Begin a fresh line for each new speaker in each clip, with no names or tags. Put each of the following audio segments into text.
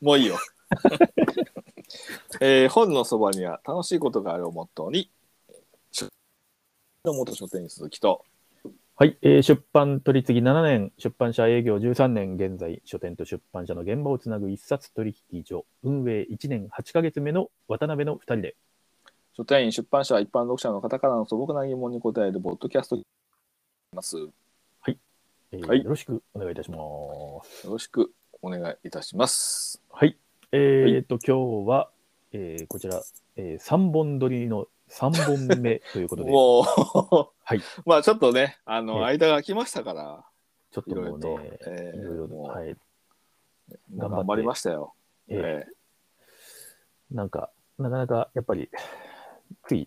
もういいよ。 えー本のそばには楽しいことがあるをモットーに、しどうも元書店員鈴木と、
はい、えー出版取り次ぎ7年、出版社営業13年、現在、書店と出版社の現場をつなぐ一冊取引所、運営1年8ヶ月目の渡辺の2人で、
書店員、出版社、一般読者の方からの素朴な疑問に答えるボッドキャストます。よ
えー
はい
よろしくお願いいたします。
ろしくお願いいたします。
はい、えーえっと、今日は、えーこちら、え3本撮りの3本 目ということで、ちょ
もう、
はい
まあちょっとね、あの、
ええ
間が空きましたから、
っともうね、
ええ
いろいろ、
もう
はい、
頑
頑張って
張りましたよ。
えー
え
なんか、なかなかやっぱり、つい、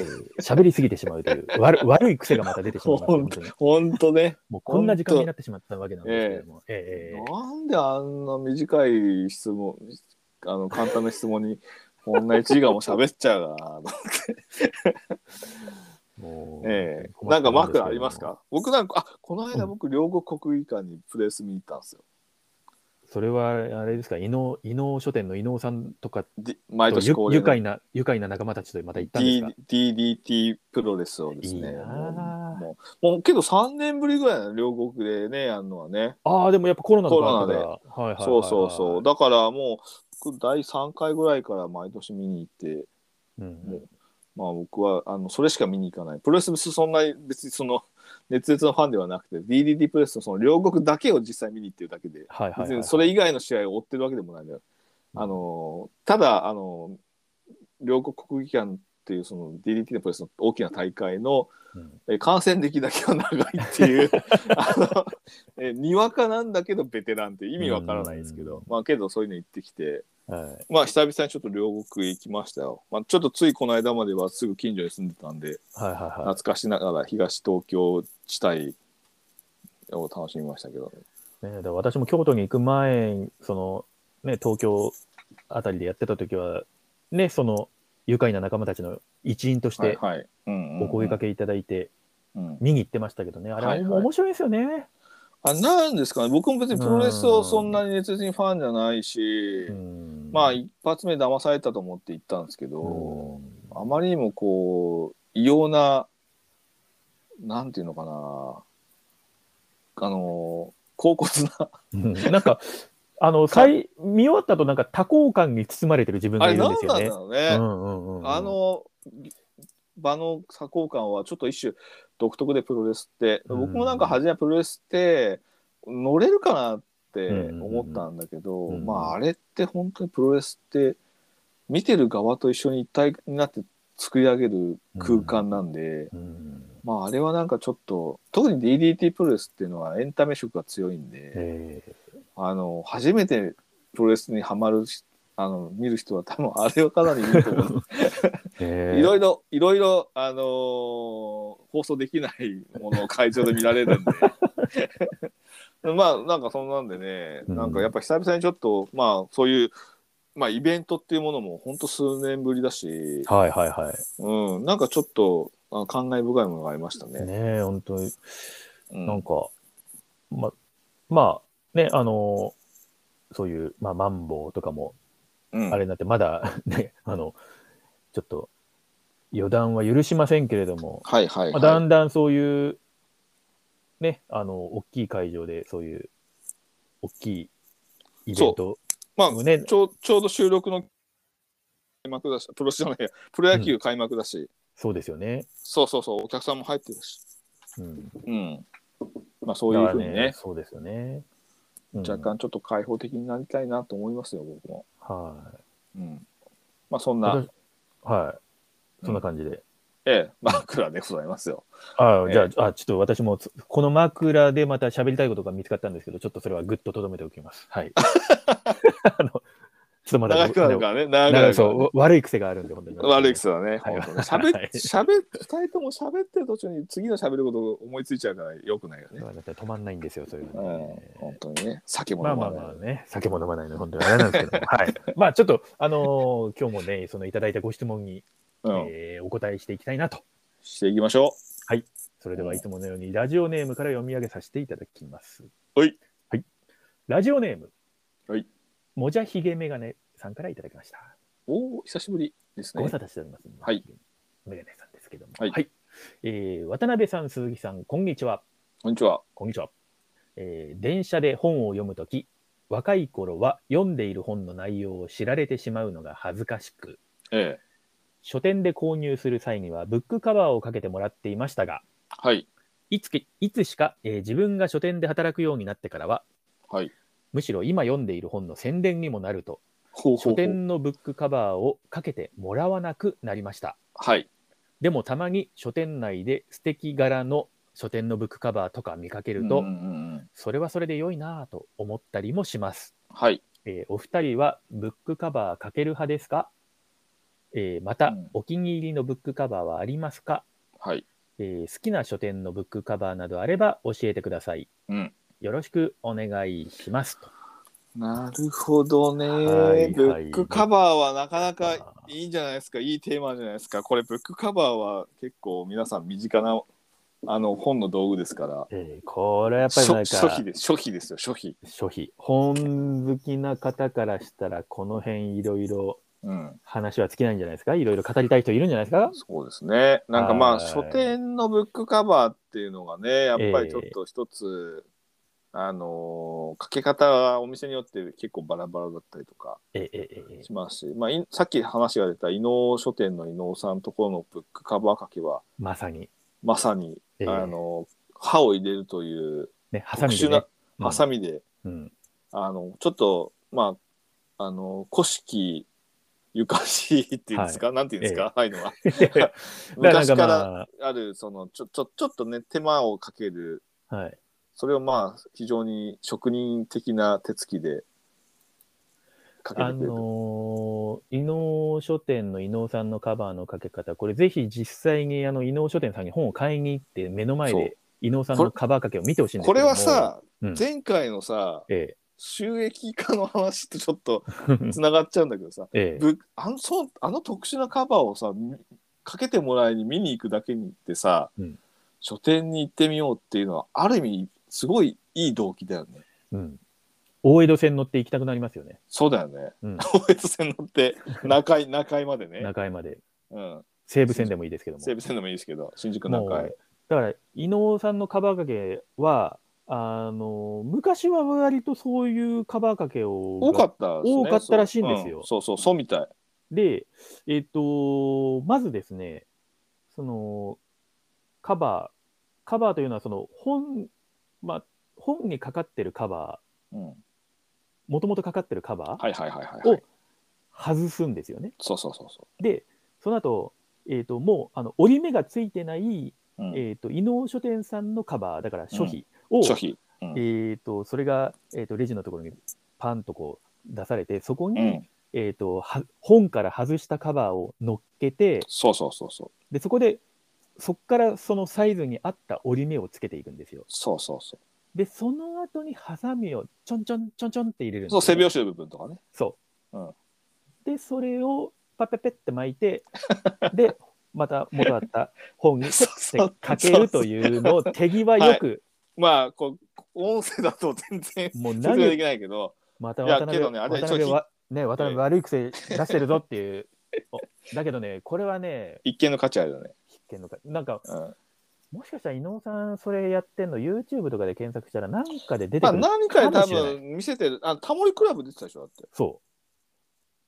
えー喋りすぎてしまうという、悪悪い癖がまた出てしまいました、本当に
ー、。ほんとね、
もうこんな時間になってしまったわけなんですけれども、ええ
なんであんな短い質問、あの簡単な質問にこんな1時間も喋っちゃうかな。
もう、
ええ
困
な
っ
ん
た
か
も
マ
ん
ーク
ですけれども
ありますか僕なんか、あこの間僕、両国国技館にプレス見に行ったんですよ。
それはあれですか、伊能伊能書店の伊能さんとかと
で毎年
ゆ
恒例
愉
の
快な愉快な仲間たちとまた行ったんですか
D。DDT プロレスをですね。
いいなあ
もうもうけど3年ぶりぐらいの両国でね、やるのはね。
ああ、でもやっぱコロナのバージョン
コ
だはいはいはいはい、
そうそうそう。だからもう、第3回ぐらいから毎年見に行って、
うん
もうまあ僕はあのそれしか見に行かない。プロレスそんなに別にその 熱烈のファンではなくて、DDT プロレスのその両国だけを実際見に行ってるだけで、
はいはいはい
別
はい、
にそれ以外の試合を追ってるわけでもないんだよ。あのただ、あの両国国技館っていうその DDT のプロレスの大きな大会の
うん
えー観戦歴だけは長いって いうあのえーにわかなんだけどベテランって意味わからないんですけど、
うん
まあけどそういうの行ってきて、
はい
まあ久々にちょっと両国行きましたよ。まあ、ちょっとついこの間まではすぐ近所に住んでたんで、
はいはいは
懐かしながら東東京地帯を楽しみましたけど。
い。ねえ、だから私も京都に行く前、そのね東京あたりでやってた時はねその愉快な仲間たちの一員とし
はい
て
はい。うんうん
お声掛けいただいて。
うん
見に行ってましたけどね、あれ
はいはい
も面白いですよね。
あなんですかね、僕も別にプロレスをそんなに熱烈にファンじゃないし、
うん
まあ一発目騙されたと思って行ったんですけ
う
ど、
ん
あまりにもこう、異様な、なんていうのかな、あの、高骨な、
うんなんか、 あの、さい見終わった後、なんか多幸感に包まれてる自分
あ
が
れ
いるん
何
です
な
よ
んだろうね。
ね。うんうんうん
あの場の左交換はちょっと一種独特でプロレスって
うん
僕もなんか初めはプロレスって乗れるかなって思ったんだけど、
うん
まああれって本当にプロレスって見てる側と一緒に一体になって作り上げる空間なんで、
うん
まああれはなんかちょっと特に DDT プロレスっていうのはエンタメ色が強いんで、
ええ
あの初めてプロレスにはまるしあの見る人は多分あれはかなりいいと思う
ええ
いろいろ、いろいろ、あのー放送できないものを会場で見られるんで。 まあ、なんかそんなんでね、
うん
なんかやっぱ久々にちょっと、まあ、そういう、まあ、イベントっていうものも、ほんと数年ぶりだし、
はいはいはい。
うん、なんかちょっと、あ感慨深いものがありましたね。
ねえ、本当に、
うん
なんか、ま、まあ、ね、あの、そういう、まあ、マンボウとかも、
うん
あれになって、まだ、ね、あの、ちょっと、予断は許しませんけれども、
はいはい、
ま
は
あ、だ
い。
んだんそういう、ね、あの、大きい会場で、そういう、大きいイベント
まあ、
をね、
ちょうちょうど収録の開幕だし、プロレスじゃないや、プロ野球開幕だし、
そうですよね。
そうそうそう、お客さんも入ってるし、
うん。
うん。まあ、そういうふうに
だから
ね、
そうですよね。うん
若。干ちょっと開放的になりたいなと思いますよ、僕も。
はい。
うん、まあそんな
私、はい。そんな感じで。
ええ、枕でございますよ。
ああ、
え
じゃあ、あ、ちょっと私も、つこの枕でまた喋りたいことが見つかったんですけど、ちょっとそれはぐっととどめておきます。 はい。あの、ちょっとまだ、
長くなるからね、長くな
長
る
い
か
そ
らね
う、悪い癖があるんで、本当に。
悪い癖だね。
はい
本当ね喋
は
っ
い
喋っ二人とも喋ってる途中に次の喋ることを思いついちゃうからよくないよね。
だから止まんないんですよ、そういう
うん
のね、
本当にね、酒も
まあ
飲
まあ
まない。
まあね、酒も飲まないので、本当にあれなんですけども、 はい。まあちょっと、あのー今日もね、そのいただいたご質問に、
うん、
えーお答えしていきたいなと。
していきましょ
それでは、いつものように、ラジオネームから読み上げさせていただきます。
はい。
はい。ラジオネーム、
はい、
もじゃひげメガネさんからいただきました。
おお久しぶりです
ご
ね
無沙汰しております。
はい。
メガネさんですけども。
はい
えー渡辺さん、鈴木さん、こんにちは。
こんにちは
こんにちは。えー電車で本を読むとき、若い頃は読んでいる本の内容を知られてしまうのが恥ずかしく、
ええ
書店で購入する際にはブックカバーをかけてもらっていましたが、
はい
いつけいつしか、えー自分が書店で働くようになってからは、
はい
むしろ今読んでいる本の宣伝にもなると、
ほうほうほ
書
う
店のブックカバーをかけてもらわなくなりました。
はい
でもたまに書店内で素敵柄の書店のブックカバーとか見かける
う
と
んう、んうん
それはそれで良いなぁと思ったりもします。
はい
えーお二人はブックカバーかける派ですか、えーまた、
うん
お気に入りのブックカバーはありますか、
はい
えー好きな書店のブックカバーなどあれば教えてください。
うん
よろしくお願いします。と
なるほどね、
はい
ブ
はい
ックカバーはなかなかいいんじゃないですかいいテーマじゃないですかこれブックカバーは結構皆さん身近なあの本の道具ですから
えーこれはやっぱり
初
なん
初
か
費です初費ですよ初費
初費本好きな方からしたらこの辺いろいろ
うん
話は尽きないんじゃないですかいろいろ語りたい人いるんじゃないですか
そうですねなんかまあ
はい
書店のブックカバーっていうのがねやっぱりちょっと一つ、あのーかけ方はお店によって結構バラバラだったりとか
ええええ
しますし、まあ、いさっき話が出た伊能書店の伊能さんところのブックカバー書きは
まさに、
まさに、
ええ
あの歯を入れるという
ね、ハサ
特
ミで、
殊
ね
な。ハサミで、
うんうん
あのちょっとまああの古式ゆかしいっていうんですか、なんていうんですか、ああいうのは昔
だ
か
から
ら
なんか
あるそのちょちょちょっとね手間をかける
まあはい、
それをまあ非常に職人的な手つきでかけ
あ
てくれる、
のー、伊能書店の伊能さんのカバーのかけ方、これぜひ実際にあの伊能書店さんに本を買いに行って、目の前
そう
で伊能さんのカバーかけを見てほしいんです
こ
けど
れ
も
は、さ、
うん
前回のさ
え
収益化の話とちょっと
え
つながっちゃうんだけどさ
ええ
ぶあのそうあの特殊なカバーをさみかけてもらいに見に行くだけに行ってさ、
うん
書店に行ってみようっていうのはある意味すごいいい動機だよね。
うん。大江戸線乗って行きたくなりますよね。
そうだよね。
うん、
大江戸線乗 って中井中井までね、
中井まで。
うん、
西武線でもいいですけども。
西武線でもいいですけど新宿
もう
中井。
だから伊能さんのカバーかけはあの昔は割とそういうカバーかけを
多かったですね、
多かったらしいんですよ
そう,、うんそうそうそうみたい。
で、えっとまずですねそのカバーカバーというのはその本,、まあ、本にかかってるカバ
うん、
ーもともとかかってるカバー
はいはいはいはい、はい
お。外すんですよね。
そうそうそうそ
でその後、えっともうあの折り目がついてない、
う。うん、
えっと伊能書店さんのカバーだから書費を、
初費。うん
えー、とそれが、えー、とレジのところにパンとこう出されてそこに、
うん、
えー、とは本から外したカバーを乗っけて
そうそうそうそう
でそこでそこからそのサイズに合った折り目をつけていくんですよ
そうそうそ
でその後にハサミをちょんちょんちょんちょんって入れるん
う
です
そ
よ
う背拍子の部分と かね
そう、
うん
でそれをパペペって巻いてでまた元あった本 にペッてかけるというのを手際よく、
まあこう音声だと全然
もう
説明で
何
きないけど、
また
いや
渡辺
けどねあれ
渡辺
ちょ
は、ね、渡辺
ええ
悪い癖出してるぞっていう。 おだけどね、これはね、
一見の価値あるよね。
必見のか、なんか、
うん、
もしかしたら伊野尾さん、それやってんの、YouTube とかで検索したら、なんかで出て
まあ
くる。
何かで多
かもしれない
分見せてる、あ、タモリクラブ出てたでしょだって。
そう。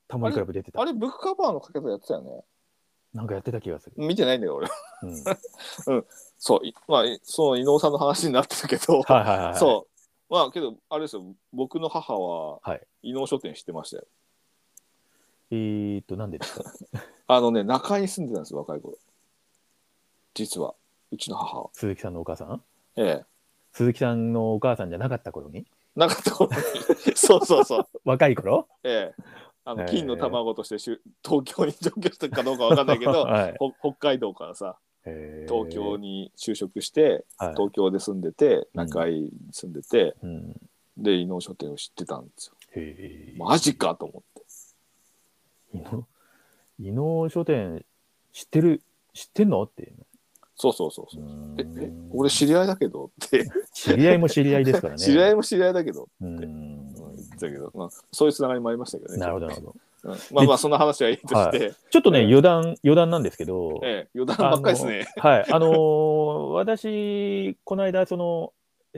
タモリクラブ出て
あ
た。
れ、ブックカバーのかけ方やってたよ
なんかやってた気がする。
ね。見てないんだよ、俺。
うん、はい
そう、いまあ、いその伊能さんの話になってたけど、
はいはいは い。
そう。まあ、けど、あれですよ、僕の母は
はい、
伊能書店知ってましたよ。
えーっと、なんでですか
あのね、中井に住んでたんですよ、若い頃。実は、うちの母は。
鈴木さんのお母さん
ええ。
鈴木さんのお母さんじゃなかった頃に
なかった頃に、 そうそうそう。
若い頃
ええ。あの
ええ
金の卵としてしゅ東京に上京したかどうかわかんないけど、
はい、
ほ北海道からさ東京
に、
に就職して、
はい
東京で住んでて
うん
中井に住んでて、
うん、
で伊能書店を知ってたんですよ
へー
マジかと思って
伊能伊能書店知ってる知ってんのって
そうそうそうそうう、
ん
ええ俺知り合いだけどって、
知り合いも知り合いですからね
知り合いも知り合いだけど
うん
たけど、まあ、そういうつながりもありましたけどね。
なるほど、なるほど。
うんまあまあ、その話はいいとして、
ちょっとね、
ええ
余談、余談なんですけど、
ええ、余談ばっかりですね。
はい、あのー私、この間、その、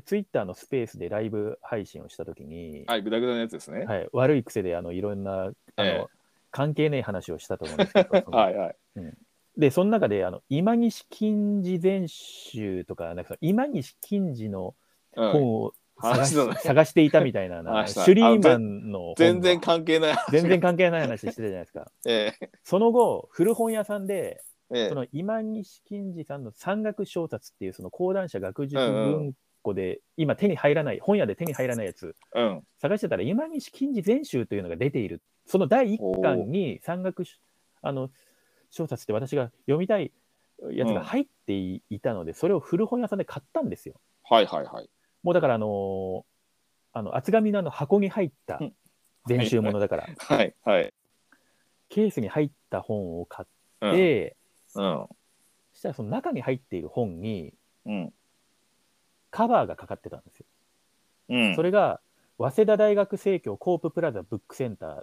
ツイッターのスペースでライブ配信をしたときに、
はい、ぐだぐだのやつですね。
はい、悪い癖で、あの、いろんな、あの、
ええ
関係ねえ話をしたと思うんですけど、その
はい、はい。
で、その中で、あの、今西金次全集とか、なんかその今西金次の
うん、
本を探
話
し,、
だね
探していたみたいな、
話した
シュリーマンの本の
全然関係ない。
全然関係ない話してたじゃないですか。
ええ、
その後、古本屋さんで、
ええ
そ、の今西金次さんの山岳小冊っていう、その講談社学術文庫で、今手に入らない、本屋で手に入らないやつ、
うん。
探してたら、今西金次全集というのが出ている。その第1巻に山岳しあの小冊って私が読みたいやつが入っていいたので、それを古本屋さんで買ったんですよ。
はい、はい、はい。
もうだから、あのーあの厚紙のあの箱に入った
うん
全集ものだから、
はい、はい。
ケースに入った本を買
うん
って、
うん。
そしたらその中に入っている本に
うん。
カバーがかかってたんですよ。
うん
そ。れが早稲田大学生協コーププラザブックセンター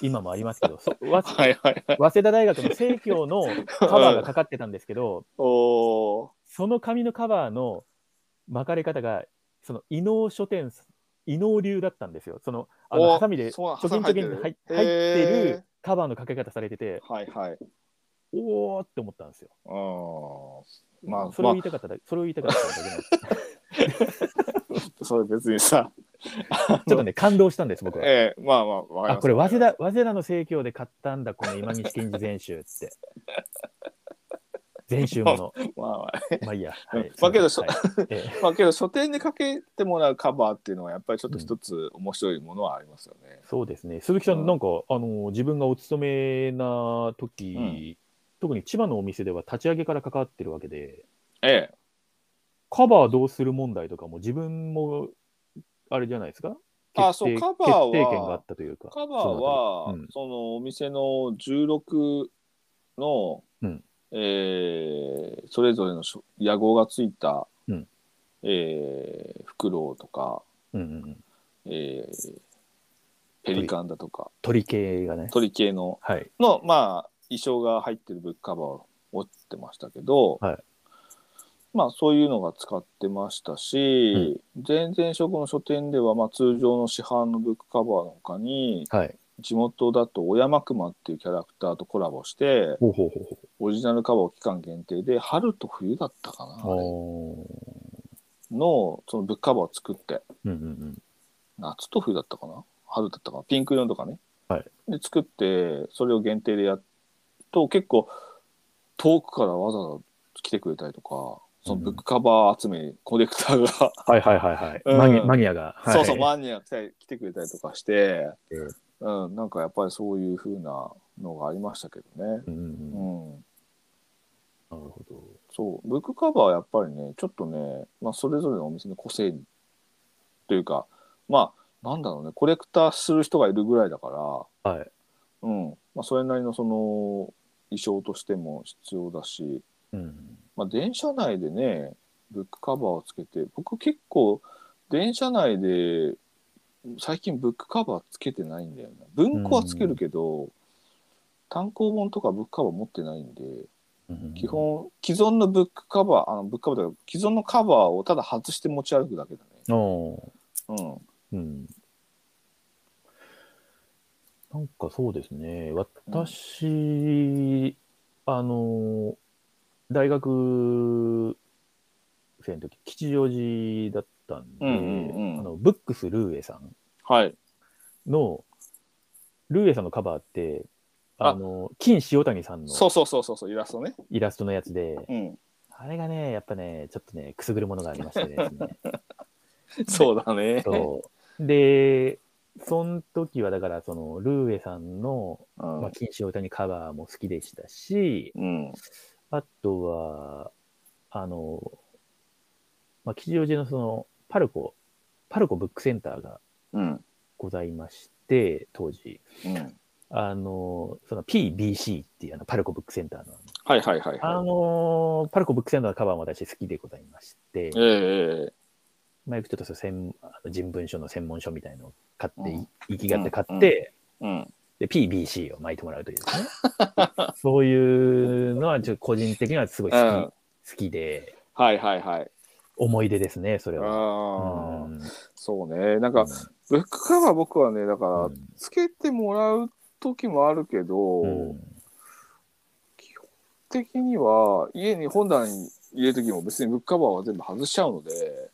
今もありますけど、そわ
はい、はい、はい。
早稲田大学の生協のカバーがかかってたんですけど、
おー。
その紙のカバーの巻かれ方がその伊能書店伊能流だったんですよ。そのあの
お
ハサミでち
そう
ょ
ハ
き
サ
ん
ミ
ちょ
入って
きん
る
に入入って
へー
るカバーのかけ方されてて、
はい、はい。
おーって思ったんですよ。
うん。まあ、
それを言いたかっただけ、それを言いたかっただけなんです。
それ別にさ、
ちょっとね感動したんです僕は。
ええまあまあ、わかり
あ
ます
これ早稲田早稲田の生協で買ったんだこの今西健治全集って。全集もの。
まあまあ、
まあいいや。はい
まあけど
すいませんはいええ
まあけど書店でかけてもらうカバーっていうのはやっぱりちょっと一つ面白いものはありますよね。
そうですね。鈴木さ
うん
ん、なんか、あのー、自分がお勤めな時、
うん
特に千葉のお店では立ち上げから関わってるわけで、
ええ
カバーどうする問題とかも自分も、あれじゃないですか
あそう
決
カ
定
バーは
決定権があったというか。
カバーは
そのあたりうん
そのお店の16の、
うん
ええそれぞれのしょ野号がついた、
うん
ええフクロウとか、
うんうんうん。
ええペリカンだとか
鳥系がね。
鳥系の
はい。
の、まあ、衣装が入ってるブックカバーを折ってましたけど、
はい
まあそういうのが使ってましたし、前々職の書店では、まあ、通常の市販のブックカバーの他に
はい。
地元だと小山熊っていうキャラクターとコラボして
ほうほうほうほう。
オリジナルカバーを期間限定で春と冬だったかなあれ
おー
のそのブックカバーを作って
うんうんうん。
夏と冬だったかな春だったかなピンク色のとかね、
はい
で作ってそれを限定でやっと結構遠くからわざわざ来てくれたりとかそのブックカバー集めにコレクターが、
はいはいはいはい。
うん
マニマニアが。はい、
そうそうマニアが来たり来てくれたりとかして、
ええ
うん、なんかやっぱりそういう風なのがありましたけどね、
うんう
う
んうん。
ん、
なるほど。
そうブックカバーはやっぱりねちょっとね、まあ、それぞれのお店の個性というかまあなんだろうねコレクターする人がいるぐらいだから
はい。
うんまあ、それなりのその衣装としても必要だし、
うん。
まあ、電車内でねブックカバーをつけて僕結構電車内で最近ブックカバーつけてないんだよな文庫はつけるけど、単行本とかブックカバー持ってないんで基。本既存のブックカバーあのブックカバーというか既存のカバーをただ外して持ち歩くだけだね。
おー
うん
うん。なんかそうですね。私、あの、大学生の時、吉祥寺だったん
う
で、
んうんうん
あのブックスルーエさん
はい、
の、ルーエさんのカバーって、あの、金塩谷さんの
そうそうそうそうそうイラストね。
イラストのやつで、
うん、
あれがね、やっぱね、ちょっとね、くすぐるものがありましてですね。
そうだね。
そうで、その時はだから、その、ルーエさんの、
うん
まあ、金賞谷カバーも好きでしたし、
うん
あとは、あの、まあ、吉祥寺のその、パルコ、パルコブックセンターが
うん
ございまして、当時、
うん、
あの、その PBC っていうあの、パルコブックセンターの、
はいはいはい、はい。
あの、パルコブックセンターのカバーも私好きでございまして、
ええ
前言ってたその専あの人文書の専門書みたいのを買って、
うん
行きがって買って、
うん。
で PBC を巻いてもらうというですね そういうのはちょっと個人的にはすごい好き,、
うん
好きで
はいはいはい。
思い出ですねそれ
あ
は。
あ、
うん
そうね。なんか、ブックカバー僕はね、だから、
うん
つけてもらう時もあるけど、
うん
基本的には、家に本棚に入れる時も別にブックカバーは全部外しちゃうので、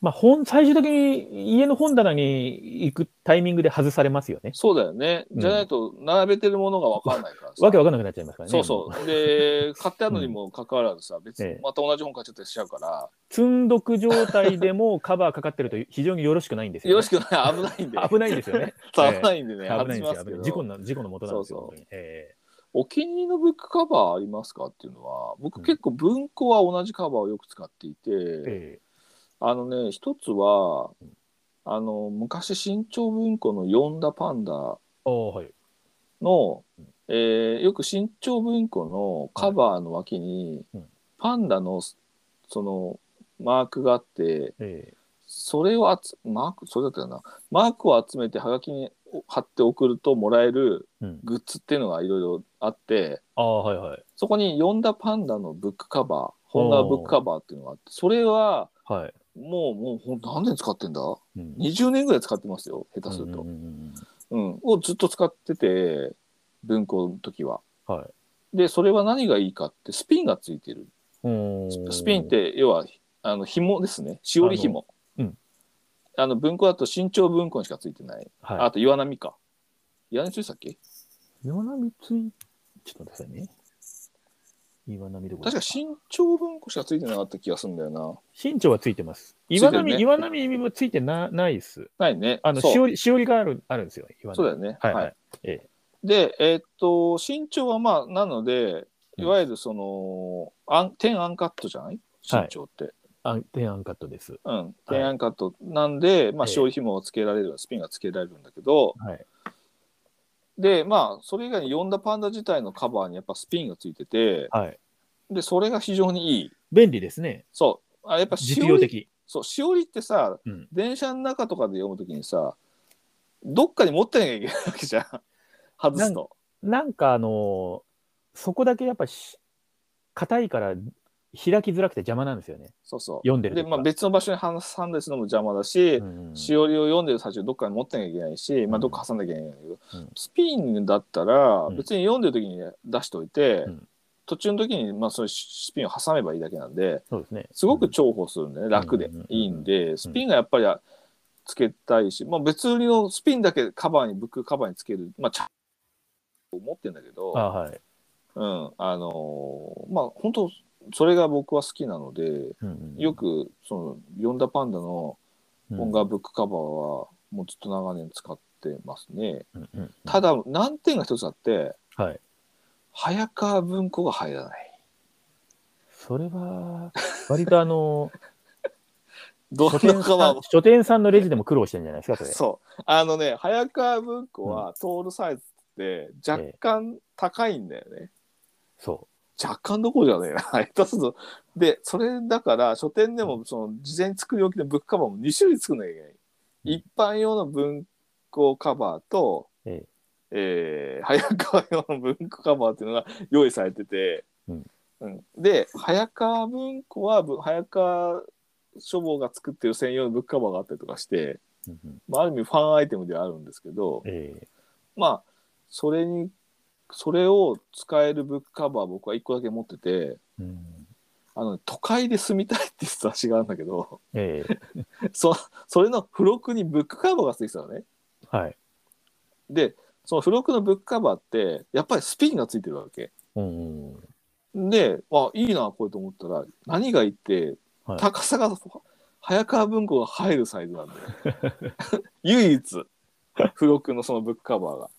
まあ、本最終的に家の本棚に行くタイミングで外されますよね。
そうだよね。じゃないと、並べてるものが分かんないからさ
わけわかんなくなっちゃいますからね。
そう
も。
そうう。で、買ってあるのにもかかわらずさ、別
え
に
え
また同じ本買っちゃったりしちゃうから、
積んどく状態でもカバーかかってると非常によろしくないんですよ、ね。
よろしくない、 危ないんで。
危ないんですよね。
危ないんでね、
危な
外し
いんで
ますす
よ危
け
ない
ど。
事故の事故の元なんですよ。
そうそう
本当にえ
お気に入りのブックカバーありますかっていうのは、僕結構文庫は同じカバーをよく使っていて、
ええ
あのね、一つは、あの、昔新潮文庫の読んだパンダ
えおーはい。
の、えーよく新潮文庫のカバーの脇に
はいうん、
パンダの、その、マークがあって、
え
それをあつ、マーク、それだったかな。マークを集めて、はがきに貼って送るともらえる
えうん。
グッズっていうのがいろいろあって、
ああはいはい
そこに読んだパンダのブックカバー、ホンダブックカバーっていうのがあって、それは、
はい。
もう、もうほん、何年使ってんだ
うん
20年ぐらい使ってますよ下手すると
うん、うんうん
うんをずっと使ってて文庫の時は
うんはい
でそれは何がいいかってスピンがついてる
うーん。
スピンって要はあの紐ですねしおり紐
あのうん
あの文庫だと新潮文庫にしかついてない、
は
あと岩波か岩波ついてたっけ
い。岩波ついちょっと待ってくださいね。岩波どこ
確か新潮文庫しかついてなかった気がするんだよな
身長はついてます。
いて
岩
る
波、
ね
岩波もついてなないです。
ないね
あの、
そう
しおり、しおりがある、あるんですよ。岩波
そうだよね
はい、はい、
はい
ええ
でえーっと新潮はまあなので
うん
いわゆるその、アン点アンカットじゃない新潮って、
あ、提案カットです。
うん、提案カットなんで、まあ、
ええ
勝利紐をつけられる、スピンがつけられるんだけど、
はい。
で、まあ、それ以外に呼んだパンダ自体のカバーにやっぱスピンがついてて、
はい。
で、それが非常にいい。
便利ですね。
そう。あやっぱし
実
お
用
り、
的。
そう、しおりってさ、
うん
電車の中とかで読むときにさ、どっかに持ってなきゃいけないわけじゃん。外すと。
なんかあのーそこだけやっぱし硬いから開きづらくて邪魔なんですよね。
そうそ
読んで
う。
る
で、
時
まあ、
は
別の場所に挟んでするのも邪魔だし、
うん
しおりを読んでる最中どっかに持ってなきゃいけないし、ま
う
あ、
ん
どっか挟んなきゃいけないんだけど、
うん
スピンだったら
うん
別に読んでる時に出しといて、
うん
途中の時にまあそういうスピンを挟めばいいだけなんで
そうですね。
すごく重宝するんでね、楽で
うん
いいんで、スピンがやっぱりつけたいし、まあ、別売りのスピンだけカバーにブックカバーにつける、まあ、ちゃんと思ってんだけ
あ
ど、
はい。
うん、あのーまあ本当それが僕は好きなので。よ
く
くその呼んだパンダの本がブックカバーはもうずっと長年使ってますね。た
だ、
だ難点が一つあって、
はい、
早川文庫が入らない。
それは割とあ の
ど
ー書店
の
さ
カバー
ん
も。
書店さんのレジでも苦労してるんじゃないですかそれ。
そう。あのね、早川文庫はトールサイズって若干高いんだよね。
そ
若干どころじゃねえな。 下手すると。で、それだから書店でもその事前に作り置きのブックカバーも2種類作んなきゃいけない。
うん
一般用の文庫カバーと、
え
えー早川用の文庫カバーっていうのが用意されてて、
うん
うんで早川文庫はぶ早川書房が作ってる専用のブックカバーがあったりとかして、
う。うんうん
まあ、ある意味ファンアイテムではあるんですけど、
ええ
まあそれにそれを使えるブックカバー僕は1個だけ持ってて。
うん
あの都会で住みたいっていう雑誌があるんだけど
ええ
そそれの付録にブックカバーがついてたのね
はい。
でその付録のブックカバーってやっぱりスピンがついてるわけ
うんうん
であいいなこれと思ったら何がいいって、
はい
高さが早川文庫が入るサイズなんだよ 唯一付録のそのブックカバーが、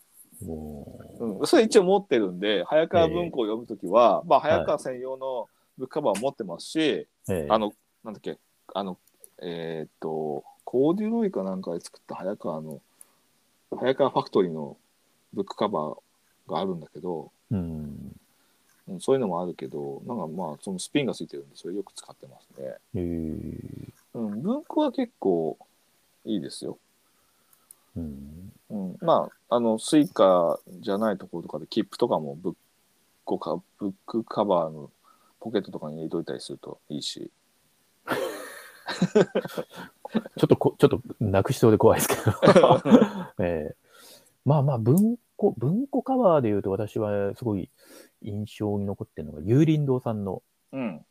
も
うん、それ一応持ってるんで早川文庫を読むときは、まあ、早川専用のブックカバーを持ってますし、
うええ
あの、なんだっけ、あの、えーっと、コーデュロイかなんかで作った早川の、早川ファクトリーのブックカバーがあるんだけど、
うん
うんそういうのもあるけど、なんかまあ、そのスピンがついてるんで、それよく使ってますね。
ええ
うん、文庫僕は結構いいですよ。
うん
うん、まあ、あの、スイカじゃないところとかで、切符とかもブックかブックカバーのポケットとかに入れといたりするといいし、
ちょっとこ、ちょっとなくしそうで怖いです けど。 ええまあまあ、文庫、文庫カバーで言うと私はすごい印象に残ってるのが、有林堂さんの
うん、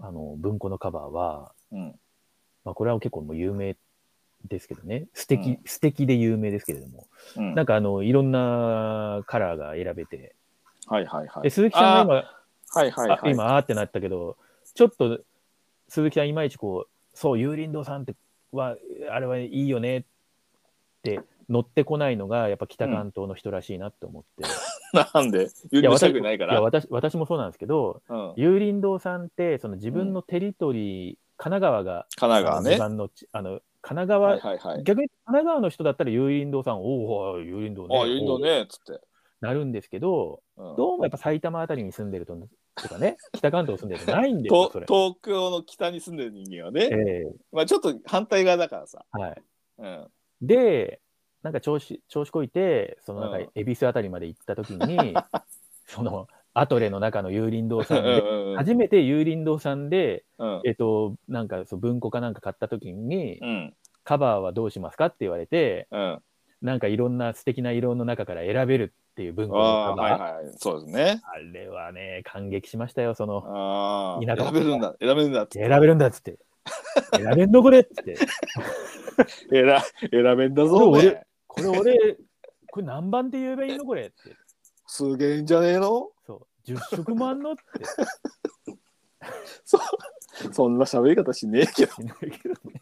あの文庫のカバーは、
うん、
まあこれは結構もう有名ですけどね、素敵、
うん
素敵で有名ですけれども、
うん。
なんかあの、いろんなカラーが選べて、
はいはいはい。
で鈴木さん
あ
が今、
ーはいはい
あ
はい。
今、あーってなったけど、ちょっと鈴木さん、いまいちこう、そう、有林堂さんっては、あれはいいよねって乗ってこないのが、やっぱ北関東の人らしいなって思って、
なんで言
いや
うした
私
くないか
いや
ら。
私私もそうなんですけど、
うん、神
有林堂さんって、その自分のテリトリー、神奈川が、
奈川
地
ね。
盤の地あの神奈川、
はいはいはい。
逆に神奈川の人だったら有林堂さん、おお、有林堂ね
あ、言うのね、つって。
なるんですけど、
うん
どうもやっぱ埼玉あたりに住んでると、とかね、北関東住んでるとないんですよ
と、
それ。
東京の北に住んでる人間は
え
ね、
え
まあちょっと反対側だからさ。
はい、
うん、
で、なんか調子調子こいて、そのなんか
うん
恵比寿あたりまで行った時 に、そのアトレの中の有林堂
う
さ
ん
んで、
うんうん
初めて有林堂さんで、
うん
えっと、なんかそう文庫かなんか買った時に、
うん
カバーはどうしますかって言われて、
うん
なんかいろんな素敵な色の中から選べるっていう文
あ
庫のカ
あ
バー。
はいはいそうですね
あれはね、感激しましたよ、その、
ああ
田舎
選べるんだ選べるんだって
選べるんだっつって。選べんのこれっつ って。
選選べんだぞ
これ
俺
これ俺、これ何番って言えばいいのこれって。
すげえんじゃねえの
そう、10色もあん のって。
そそんな喋り方しねえけど
しねえけどね。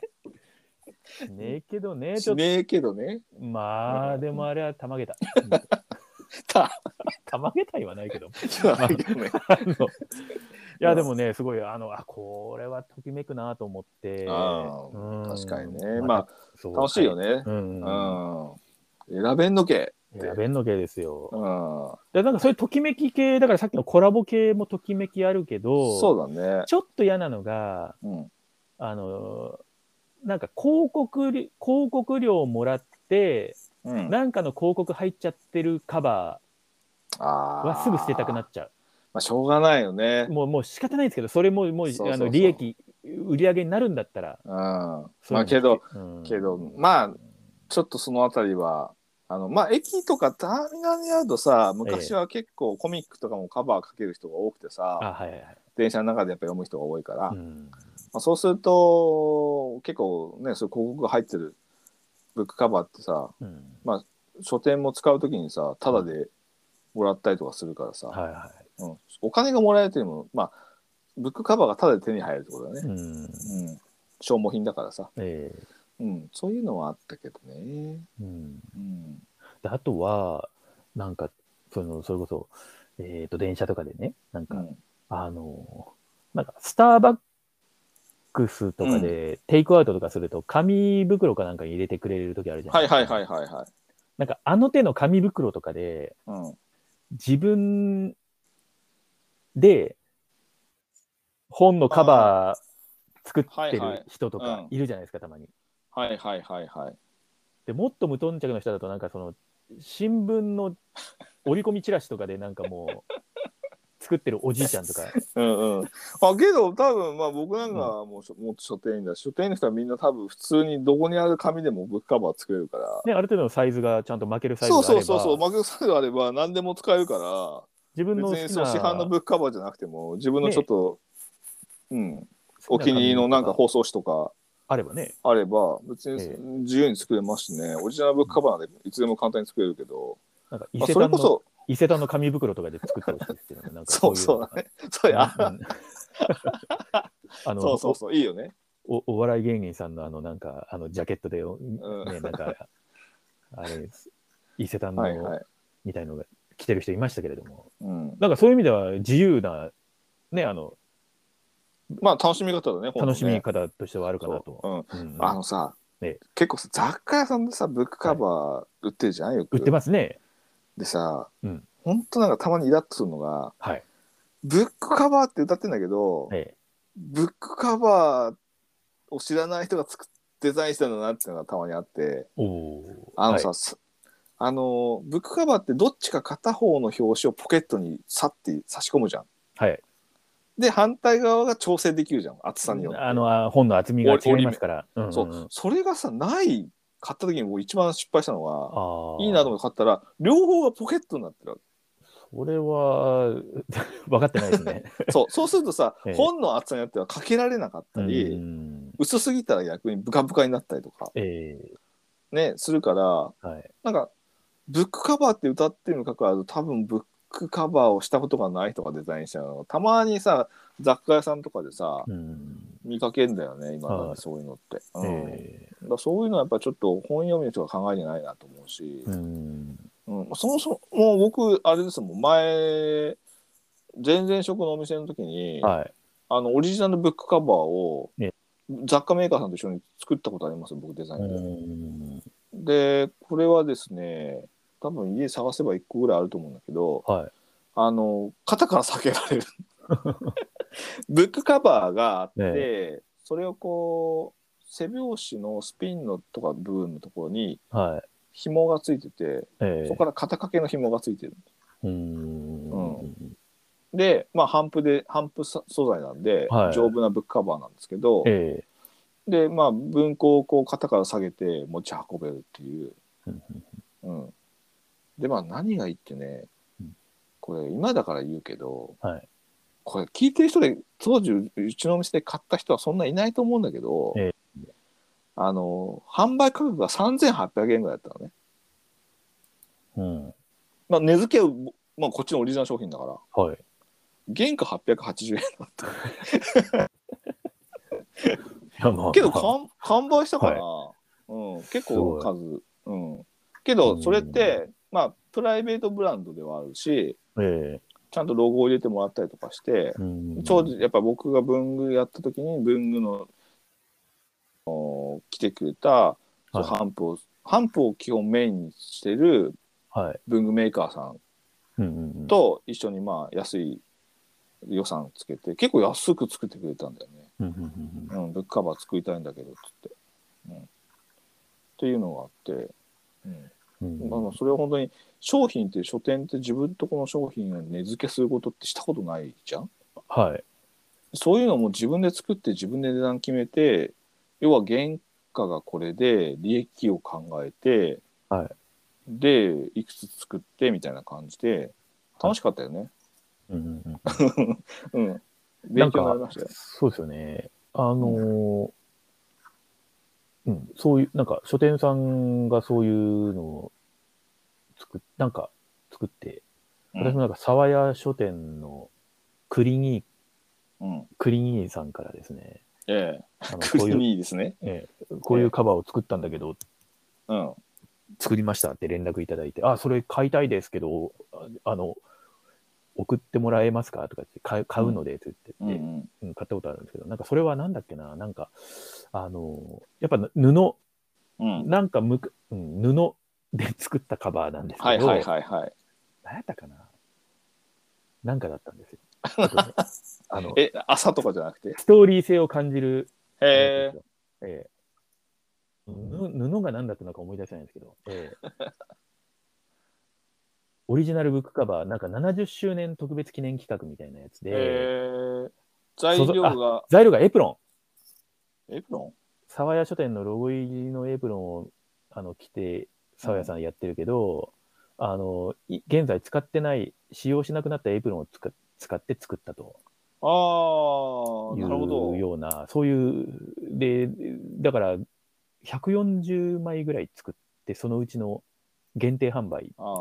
しねえけどね、ちょ
し
っと。
ねえけど ね
まあ、でもあれはたまげた。
た
たまげた言わないけど。
じ ゃあね
あのいや、でもね、すごい、あの、あ、これはときめくなと思って。
あー
うん
確かにねま
そう
あ楽しいよね
うん
う。ん選べんのけ
やべんの系ですよ。
うん
でなんかそういうときめき系、だからさっきのコラボ系もときめきあるけど、
そうだね
ちょっと嫌なのが、
うん
あのーなんか広告り、広告料をもらって、
うん
なんかの広告入っちゃってるカバー
あ
はすぐ捨てたくなっちゃ
まあしょうがないよね
う。もう、もう仕方ないんですけど、それも、もう、
そうそうそう
あの、利益、売り上げになるんだったら、
うんま
そう
あ
いうの捨て
けど、
うん
けどまあ、ちょっとそのあたりは、あの、まあ、駅とかターミナルにあるとさ、昔は結構コミックとかもカバーかける人が多くて
あ、
さ、
はいはいはい。
電車の中でやっぱ読む人が多いから、
う
ま
ん
あ、そうすると、結構ね、そういう広告が入ってるブックカバーってさ、
うん
書店も使うときにさ、タダでもらったりとかするからさ、
はいは
うん、お金がもらえても、まあ、ブックカバーがタダで手に入るってことだ
い。
ね。
うん。
うん。消耗品だからさ、
ええ
うん。そういうのはあったけどね。
うん。
うん。
であとは、なんか、その、それこそ、えっ、と、電車とかでね、なん
う
か、
ん。
あの、なんか、スターバックスとかで、テイクアウトとかすると、紙袋かなんかに入れてくれる時あるじゃな
はいい
ですか。
はいはいはいはい。
なんか、あの手の紙袋とかで、
うん。
自分で、本のカバー作って
はいはい
る人と
うん
かいるじゃないですか、たまに。
はいはいはいはい。
でもっと無頓着の人だとなんかその新聞の折り込みチラシとかでなんかも う作ってるおじいちゃんとか
うんうん。あけど多分まあ僕なんかはもうしょ、もっと書店員だし書店員の人はみんな多分普通にどこにある紙でもブックカバー作れるから。
ねある程度のサイズがちゃんと負けるサイズ
そう
があ
そ
れ
う
ば
そうそう。マグサイドあれば何でも使えるから。
自分の好き
別
な
にその市販のブックカバーじゃなくても自分のちょっと、うん
好
お気に入りのなんか
紙と
包装紙とか
あればね
あれば別
ええ
に自由に作れますしね。オリジナルブックカバーなんでいつでも簡単に作れるけど。
なんか伊
まあ
勢
それ
丹
こ
の
そ
伊勢丹の紙袋とかで作ってほしいですけどねなんか
そう
い
そうだね。そうや。
うん あの
そうそうそういいよね。
おお笑い芸人さんのあのなんかあのジャケットで、
ん
ねなんかあれです伊勢丹の
はいはい。
みたいのが来てる人いましたけれども、
うん。
なんかそういう意味では自由な、ね、あの、
まあ楽しみ方だね。本当ね
楽しみ方としてはあるかな
そう
と。
うん。
うんうん
あのさ、
ええ
結構さ雑貨屋さんでさブックカバー売ってるじゃんよく。
売ってますね。
でさ、
うん
ほんとなんかたまにイラッとするのが
はい。
ブックカバーって歌ってんだけど、
ええ
ブックカバーを知らない人がつくデザインしたんだなっていうのがたまにあって
おお
あのさ、
はい
すあのブックカバーってどっちか片方の表紙をポケットにさって差し込むじゃん。
はい
で反対側が調整できるじゃん厚さによって。
あのあ本の厚みが違いますから、うんんん
そうそれがさない買った時に僕一番失敗したのが
あー
いいなと思って買ったら両方がポケットになってるわけ
それは 分かってないで すね。
そうそうするとさ、
ええ
本の厚さによってはかけられなかったり、
うん
薄すぎたら逆にブカブカになったりとか
え
ねするから
ーはい、
なんかブックカバーって歌ってるのかかわらず多分ブックカバーをしたことがない人がデザインしたのたまにさ雑貨屋さんとかでさ
うん
見かけるんだよね今ま
は
で
い
そういうのって、うん
え
だからそういうのはやっぱちょっと本読みの人が考えてないなと思うし、
ーうん
うん、そもそももう僕あれですもん前前々職のお店の時に、
はい、
あのオリジナルブックカバーを
ね
雑貨メーカーさんと一緒に作ったことあります僕デザインで。
うん
でこれはですね多分家探せば1個ぐらいあると思うんだけど
はい、
あの肩から避けられる ブックカバーがあって、
ね
それをこう背表紙のスピンのとか部分のところに
はい、
紐がついてて
え
そこ
ー
から肩掛けの紐がついてる。
うん
うで、まあ、帆布で、帆布さ素材なんで、
はい
丈夫なブックカバーなんですけど、
え
で、まあ、文庫をこう、肩から下げて持ち運べるっていう
うん。
うん。で、まあ、何がいいってね
うん、
これ、今だから言うけど、
はい
これ、聞いてる人で、当時、うちのお店で買った人はそんないないと思うんだけど、
え
あの、販売価格が3800円ぐらいだったのね。
ーうん
まあ、値付けは、まあ、こっちのオリジナル商品だから。
はい、
原価880円だった。
いやまあ
けど完完売したから、うん、結構
す
数、うん、けどそれって、まあプライベートブランドではあるし
え
ちゃんとロゴを入れてもらったりとかして
ーうん
当時やっぱ僕が文具やった時に文具のあの来てくれたそう
はい
ハンプをハンプを基本メインにしてる
はい、
文具メーカーさん
うんうんうん、
と一緒にまあ安い予算つけて結構安く作ってくれたんだよね。
うんうんうん
うん、ブックカバー作りたいんだけどっつって、うん。っていうのがあって、
うん
うん、まあそれは本当に商品って書店って自分とこの商品を値付けすることってしたことないじゃん
はい、
そういうのも自分で作って自分で値段決めて要は原価がこれで利益を考えて、
はい
でいくつ作ってみたいな感じで楽しかったよね。
うんうんう
う
ん、
ん、
な
勉
ん
強にな
か
りましたよ。
そうですよね。あのーうん、そういう、なんか書店さんがそういうのを作っ、なんか作って、
う
私
ん
もなんか沢屋書店のクリニー、
うん、
クリニーさんからですね、
ええ、
あの
ク
こういう、
いいですね。
ええこういうカバーを作ったんだけど、
うん、
作りましたって連絡いただいて、あ、それ買いたいですけど、ああの、送ってもらえますかとかって買う、買うのでって
う
言
ん
っ
う
て、
ん、
うん、買ったことあるんですけど、なんかそれはなんだっけな、なんか、あの、やっぱ布、
うん、
なんかむく、うん、布で作ったカバーなんです
は
け
い
ど、
はいはいはい。
何やったかななんかだった んですよ。ちょっとねあの、
え、朝とかじゃなくて。
ストーリー性を感じる。
へえ
え。え布布が何だったのか思い出せないんですけど、ええ オリジナルブックカバー、なんか70周年特別記念企画みたいなやつで、
へえ。材料が
材料がエプロン。
エプロ
沢屋書店のロゴ入りのエプロンをあの着て沢屋さんやってるけど、あのい現在使ってない使用しなくなったエプロンを使っ使って作ったと
ン。ああ、
い
なるほど。
うようなそういうでだから140枚ぐらい作ってそのうちの限定販売
ああ、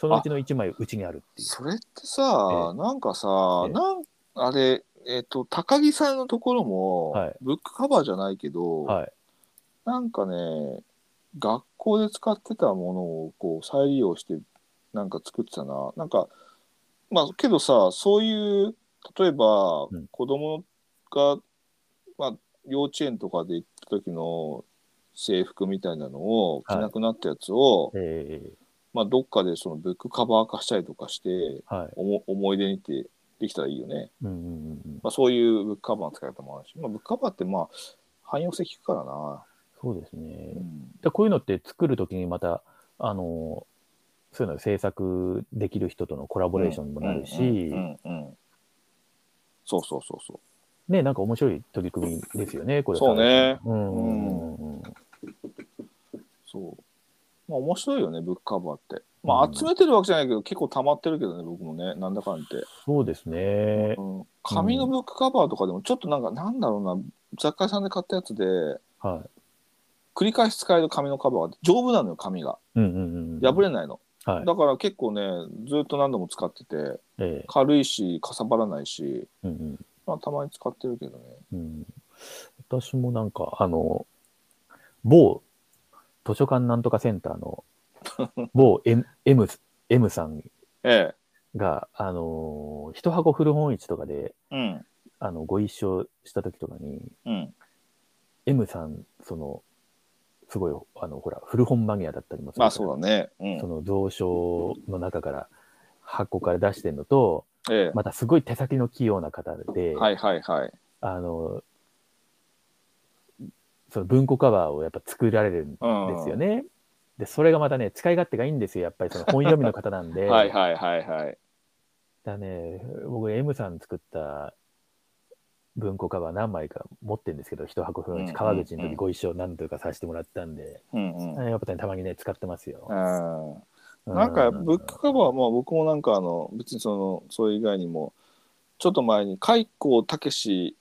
そのうちの1枚うちにあるっていう
それってさ、なんかさ、
ええ
なんあれ、えっと高木さんのところも、
はい
ブックカバーじゃないけど、
はい
なんかね、学校で使ってたものをこう再利用してなんか作ってたな。なんかまあけどさ、そういう例えば
うん
子供が、まあ幼稚園とかで行った時の制服みたいなのを着
はい
なくなったやつを、
え
まあどっかでそのブックカバー化したりとかして
ーはい
おも思い出にってできたらいいよね。
うんうんうんうん
まあそういうブックカバーの使い方もあるし、まあブックカバーってまあ汎用性聞くからな。
そうですね。
うん
でこういうのって作るときにまた、あの、そういうの制作できる人とのコラボレーションにもなるし、
うんうんうんそうそうそうそ
ね、なんか面白い取り組みですよね、これ。
そうね。
うんうんうんうん。
うそうまあ面白いよねブックカバーってまあ集めてるわけじゃないけど、結構溜まってるけどね僕もねなんだかんって、
そうですね。
うん、紙のブックカバーとかでもちょっとなんかなんだろうな雑貨屋さんで買ったやつで
は
繰り返し使える紙のカバーが丈夫なのよ紙が
い。うんうんうん。
破れないの、
はい。
だから結構ねずっと何度も使ってて
ええ
軽いしかさばらないし、
うん
まあ、たまに使ってるけどね
うんうん。私もなんか、あの、某図書館なんとかセンタ ーの某 M, M, M さん
え
が、あの、一箱古本市とかで、
えうん
あの、ご一緒した時とかに、
うん
M さん、その、すごい、あの、ほら、古本マニアだったりもする
まあ
から
そうだねうん
その蔵書の中から箱から出してるのと、
え
またすごい手先の器用な方で、
えはいはいはい
あの、その文庫カバーをやっぱ作られるんで
うん
すよね。で、それがまたね、使い勝手がいいんですよ。やっ ぱりその本読みの方なんで。
はいはいはいはい。
だね、僕 M さん作った文庫カバー何枚か持ってるんですけど、一箱分
うん
川口の
うん
時ご一緒何とかさせてもらったんで、
うんうん。
やっぱね、たまにね、使ってますよ。
うんなんかブックカバーはまあ僕もなんかあの別にそのそれ以外にもちょっと前に開口武志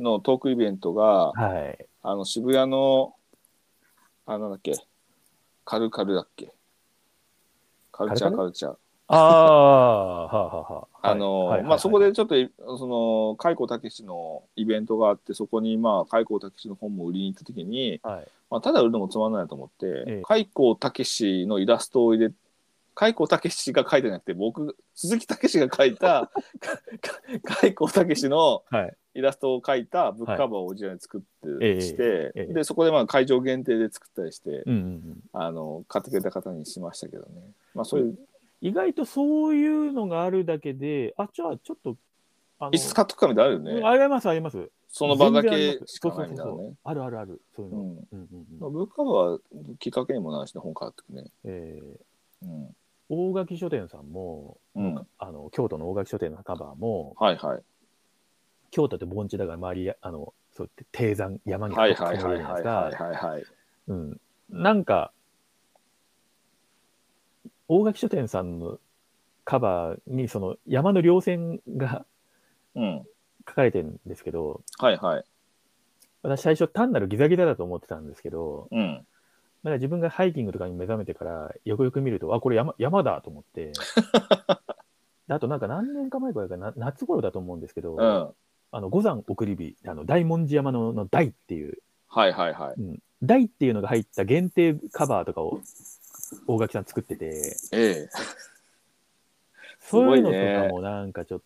のトークイベントが
ーはい。
あの渋谷のあなんだっけカルカルだっけカルチャー
カ
カルチャー
ああ、はあは あはあ。
あのまあそこでちょっとその開口武志のイベントがあってそこにまあ開口武志の本も売りに行った時に
はい、
まあ、ただ売るのもつまんないなと思って、
ええ
開口武史のイラストを入れ開口武史が書いてなくて僕鈴木武史が書い たかか開口武史の
はい、
イラストを書いたブックカバーをオリジナルに作って、
ええ
して、
ええ
でそこでまあ会場限定で作ったりして、
うんうんうん、
あの買ってくれた方にしましたけどね。まあそういう、
意外とそういうのがあるだけで、あ、じゃあちょっと、あの
いつ買っとくかみたいなのあるよ
うん
ね。
あります、あります。
その場だ
全然あ
け
ります
しかないみたいな
そうそうそう
ね
そう。あるあるある、そういう
う
の。
ん
うんうん
まあ
うん
ブックカバーはきっかけにもなるしね本買ってくね。
えー
うん。
大垣書店さんも、
うん。
あの京都の大垣書店のカバーも、
はいはい。
京都って盆地だから周り、あのそう低山、山に
はい
囲
はいはいはいはいはいはい。
うん、なんか、大垣書店さんのカバーに、その山の稜線が
うん。
書かれてるんですけど、
はいはい。
私最初単なるギザギザだと思ってたんですけど、
うん。
なんか自分がハイキングとかに目覚めてから、よくよく見ると、あ、これ山山だと思って。であとなんか何年か前くらいかな、夏頃だと思うんですけ
う
ど、
ん。
あの、五山送り火、あの、大文字山のの大っていう、
はいはいはい。
うん、大っていうのが入った限定カバーとかを大垣さん作ってて、
ええ。
そういう
すごい
の
ね
とかもなんかちょっ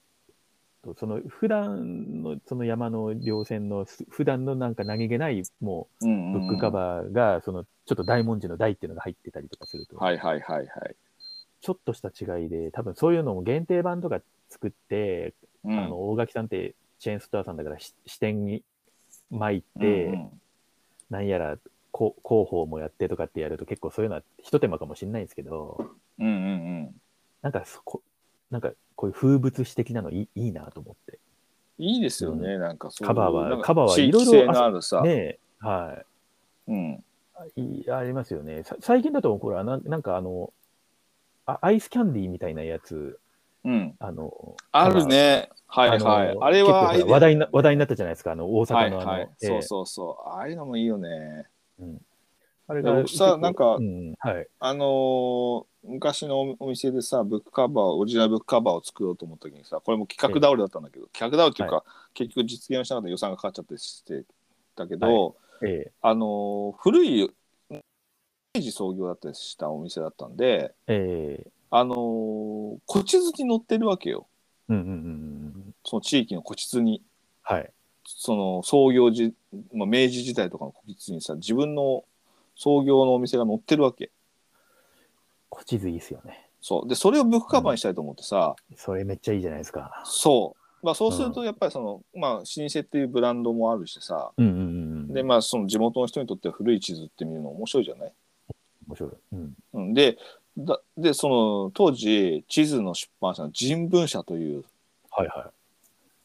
と、その普段のその山の稜線のす普段のなんか何気ないも
ブ
うブックカバーがそのちょっと大文字の大っていうのが入ってたりとかすると、
はいはいはいはい。
ちょっとした違いで多分そういうのも限定版とか作って、
うん
あの大垣さんってチェーンストアさんだからし支店に巻いて、
うんうん
なんやらこ広報もやってとかってやると結構そういうのは一手間かもしれないんですけど
うんうんうん。
なんかそこなんかこういう風物詩的なのいいいいなと思って。
いいですよね、なんかそういう
カバーは
なんか
カバーはい
地
ろいろ
域性のあるさ。
ねえ、は
うん。
い。いありますよね。さ最近だと、ほら、なんなんかあのあ、アイスキャンディーみたいなやつ、
うん。
あの、
あるね。はいは
あ
い。
の
あれは
結構ほら話題にな話題になったじゃないですか、あの、大
は
阪
い
のあの、
はい。
ええ
そうそうそう。ああいうのもいいよね。
あれ
い
が
や僕さ
結構
なんか
うんはい。
あのー昔のお店でさ、ブックカバー、オリジナルブックカバーを作ろうと思った時にさ、これも企画倒れだったんだけど、企画倒れっていうか、結局実現しなかった予算がかかっちゃってしてたけど、
え
あのー古い明治創業だったりしたお店だったんで、
えええ
あのー、古地図に載ってるわけよ
うんうんうんうん。
その地域の古地図に
はい。
その創業時、まあ、明治時代とかの古地図にさ自分の創業のお店が載ってるわけ
古地図いいっすよね。
そうでそれをブックカバーにしたいと思ってさ、
それめっちゃいいじゃないですか。
そう、まあ、そうするとやっぱりその、まあ、老舗っていうブランドもあるしさ
うんうんうんうん。
でまあその地元の人にとっては古い地図って見るの面白いじゃない、
面白い。うん。
うん、でだでその当時地図の出版社の人文社という
はいは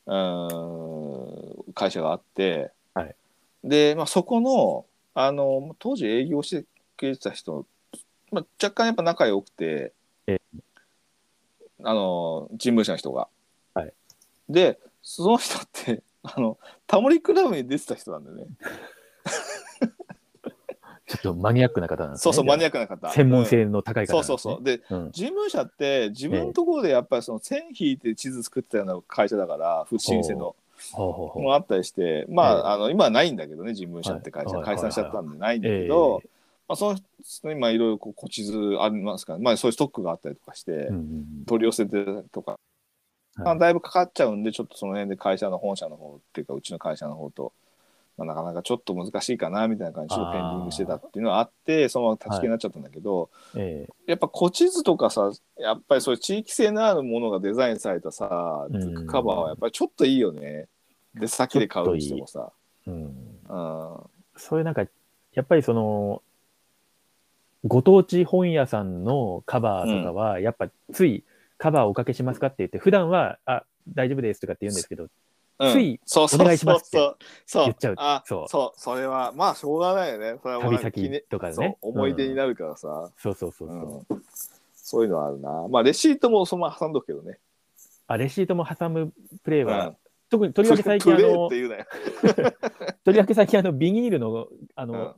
うーん会社があって、
はい
で、まあ、そこのあの当時営業してくれてた人、まあ、若干やっぱ仲良くて
え
あの人務社の人が、
はい
でその人って あのタモリクラブに出てた人なんだよね
い。ちょっとマニアックな方なんですね。
そうそうマニ
ア
アックな方
専門性の高
う
い
ん
方な
そ
ん
う
です
そ
ね
うそうで
うん。
事務所って自分のところでやっぱりその線引いて地図作ってたような会社だから不審生の
ほうほうほう。
もあったりして、まあ、
ええ
あの今はないんだけどね、事務所って会社、
はい
解散しちゃったんでないんだ
え
けど、まあ、その人にまあいろいろこう古地図ありますから、まあ、そういうストックがあったりとかして、
えうんうん
取り寄せてとか、
はい
まあ、だいぶかかっちゃうんで、ちょっとその辺で会社の本社の方っていうか、うちの会社の方と、まあ、なかなかちょっと難しいかなみたいな感じで、ちょっとペンディングしてたっていうのはあって、そのまま立ち消えになっちゃったんだけど、
うん。ええ
やっぱ古地図とかさ、やっぱりそういう地域性のあるものがデザインされたさ、ブックカバーはやっぱりちょっといいよね。で、先で買うにしてもさ。
うん。
うん
そういうなんか、やっぱりその、ご当地本屋さんのカバーとかは、やっぱついカバーおかけしますかって言って、普段は、あ、大丈夫ですとかって言うんですけど、
うん
つい
そうそう
お願いしますって
そうそう
言っちゃう
あ
そう
そう、それは、まあ、しょうがないよね。それはもう
旅
なん記
先
念
とか
そう
ね。
思い出に
る。
なるからさ。
そうそうそう
う
そう。
んそういうのはあるな。まあ、レシートもそのまま挟んどくけどね。
あ、レシートも挟むプレイは、
うん
特にとりわけ最近あ
プレー
の
って、言うなよ。
とりわけ最近あの、ビニールの、あ
う
の、
ん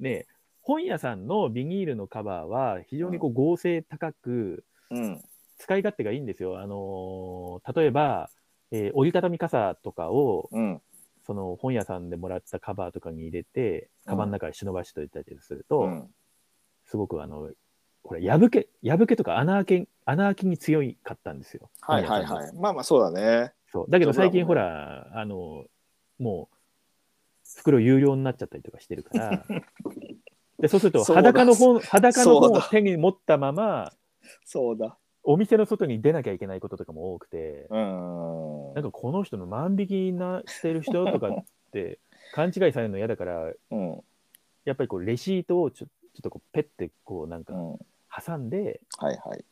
ね、本屋さんのビニールのカバーは非常にこう合成高く
うん。
使い勝手がいいんですよ。あのー例えば、えー折りたたみ傘とかを
うん。
その本屋さんでもらったカバーとかに入れて、カバンの中に忍ばしておいたりすると、
うん
すごくあの、これ破け、破けとか穴開け、穴開きに強いかったんですよ。
はいはい
本屋さんの
はい。まあまあ、そうだね。
そう。だけど最近
そ
ほ
うだ
ら、あの、もう、袋有料になっちゃったりとかしてる から、でそうすると
そうだ
裸の本、裸の
そ
本
う
を
だ
手に持ったまま、
そうだ。
お店の外に出なきゃいけないこととかも多くて、
うん。
なんかこの人の万引きなしてる人とかって勘違いされるの嫌だから、
うん。
やっぱりこうレシートをちょちょっとこうペッてこうなん
う
か
ん。
挟んで
はいはい。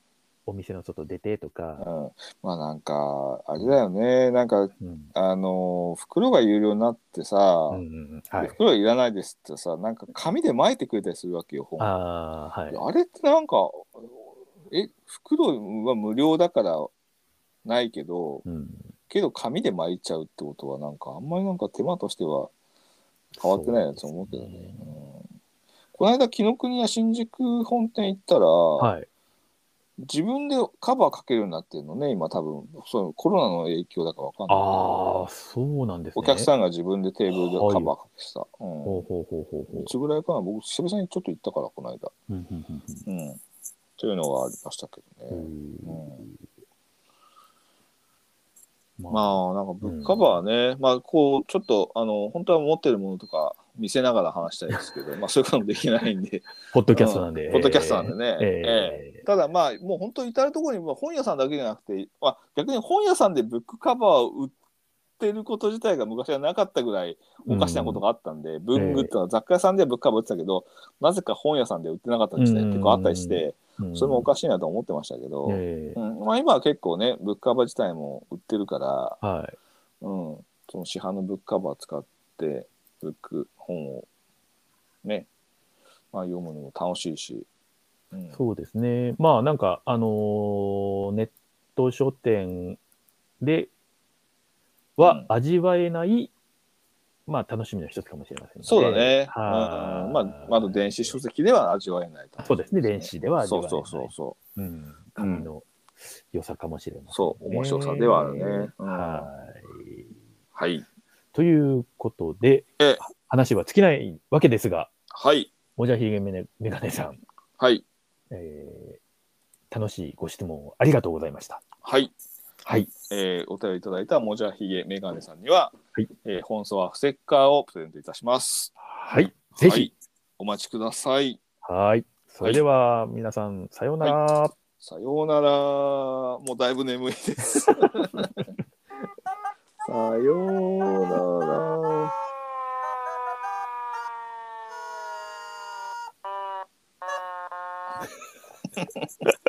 お店の外出てとか、
うんまあなんかあれだよねなんか
うん
あの袋が有料になってさ、
うんうんうんはい
で、袋いらないですってさなんか紙で巻いてくれたりするわけよ本あ
ああー、はい。
れってなんかえ袋は無料だからないけど
うん、
けど紙で巻いちゃうってことはなんかあんまりなんか手間としては変わってないなと思うけどね。
そうです
う
ね
んこの間紀ノ国屋新宿本店行ったら、
はい。
自分でカバーかけるようになってるのね今多分そのコロナの影響だからわかんないけ
あ
ど
あ、そうなんです
お
ね。
客さんが自分でテーブルでカバーかけてた、う、
ほうほうほうほうんほう
いつぐらいかな僕久々にちょっと行ったからこの間
うんうんうん
うんというのがありましたけど
う
ね、
ん
うん
まあ、
まあなんかブックカバーね、まあこうちょっとあの本当は持ってるものとか見せながら話したいですけどまあそういうこともできないんで
ポッ ドキャストなんで。
ポッドキャストなんでね、
え
ええ
え
ただまあもう本当に至る所にまあ本屋さんだけじゃなくて、まあ、逆に本屋さんでブックカバーを売ってること自体が昔はなかったぐらいおかしなことがあったんで、文具ってのは雑貨屋さんではブックカバー売ってたけど、なぜか本屋さんでは売ってなかったりして
うん
結構あったりして、
うん
それもおかしいなと思ってましたけど、
ええ
うんまあ、今は結構ねブックカバー自体も売ってるから、
はい。
うん、その市販のブックカバー使ってブック本をね、まあ、読むのも楽しいし。うん
そうですね。まあ、なんか、あのーネット書店で
う
は
ん
味わえない、まあ、楽しみの一つかもしれません
そうだね。
はい
うんまあ、まだ電子書籍では味わえないと
そうですね。電子では味わ
そう
えない。。
そうそうそう
ん。紙の良さかもしれません、ね。
そう面白さではあるねうん
はい。
う。はい。
ということで
え、
話は尽きないわけですが、
はい。
もじゃひげめねメガネさん、
はい。
えー楽しいご質問をありがとうございました。
はい。
はい。
えーお便りいただいたもじゃひげメガネさんには、
はい
えー本草はステッカーをプレゼントいたします。
はい。ぜ
は
ひ
い。お待ちください。
はい。それでは、皆さん、さようなら。
さようなら。もうだいぶ眠い です。さようなら。
Thank you. な。